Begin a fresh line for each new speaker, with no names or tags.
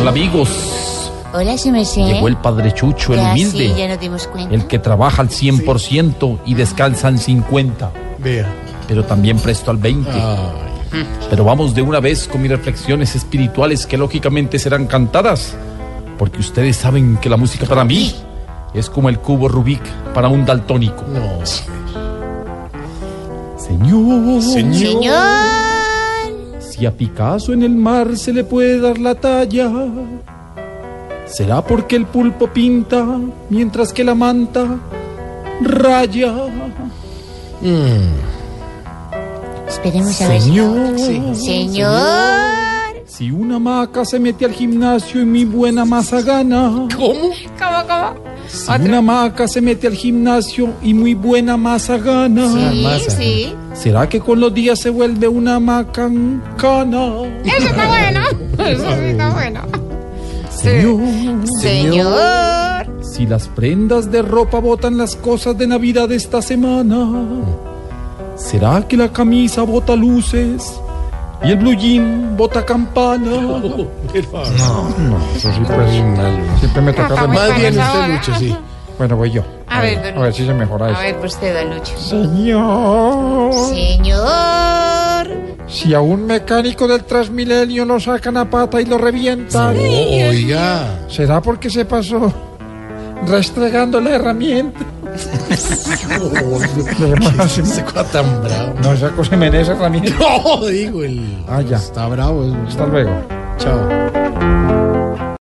Hola amigos,
Hola, su merced.
llegó el padre Chucho, el
Ya
humilde,
sí, ya nos dimos cuenta.
el que trabaja al 100% y descansa al 50%,
Vea.
pero también presto al 20%. Pero vamos de una vez con mis reflexiones espirituales que lógicamente serán cantadas, porque ustedes saben que la música para mí es como el cubo Rubik para un daltónico.
No.
Señor,
Señor.
si a Picasso en el mar se le puede dar la talla, será porque el pulpo pinta mientras que la manta raya.
Esperemos a ver.
Señor,
Señor.
si una maca se mete al gimnasio y mi buena masa gana.
¿Cómo?
Si una maca se mete al gimnasio y muy buena masa gana.
Sí,
masa.
sí.
¿Será que con los días se vuelve una macancana?
Eso está bueno. Eso sí está bueno.
Señor,
Señor.
si las prendas de ropa botan las cosas de Navidad de esta semana, ¿será que la camisa bota luces y el blue jean bota campana? pues, Siempre me
toca Está muy
Más bien
Bueno,
usted
ahora.
lucha, sí.
Bueno, voy yo.
A ver, ver, don- a ver
si se mejora
A ver, pues usted, Don Lucho.
Señor.
Señor.
Si a un mecánico del Transmilenio lo sacan a pata y lo revientan,
Oiga.
¿será porque se pasó restregando la herramienta?
¿Qué es ese cuá tan bravo?
No, esa cosa me esa herramienta.
No, digo el.
Ah, ya.
Está bravo. es-
Hasta luego.
Chao.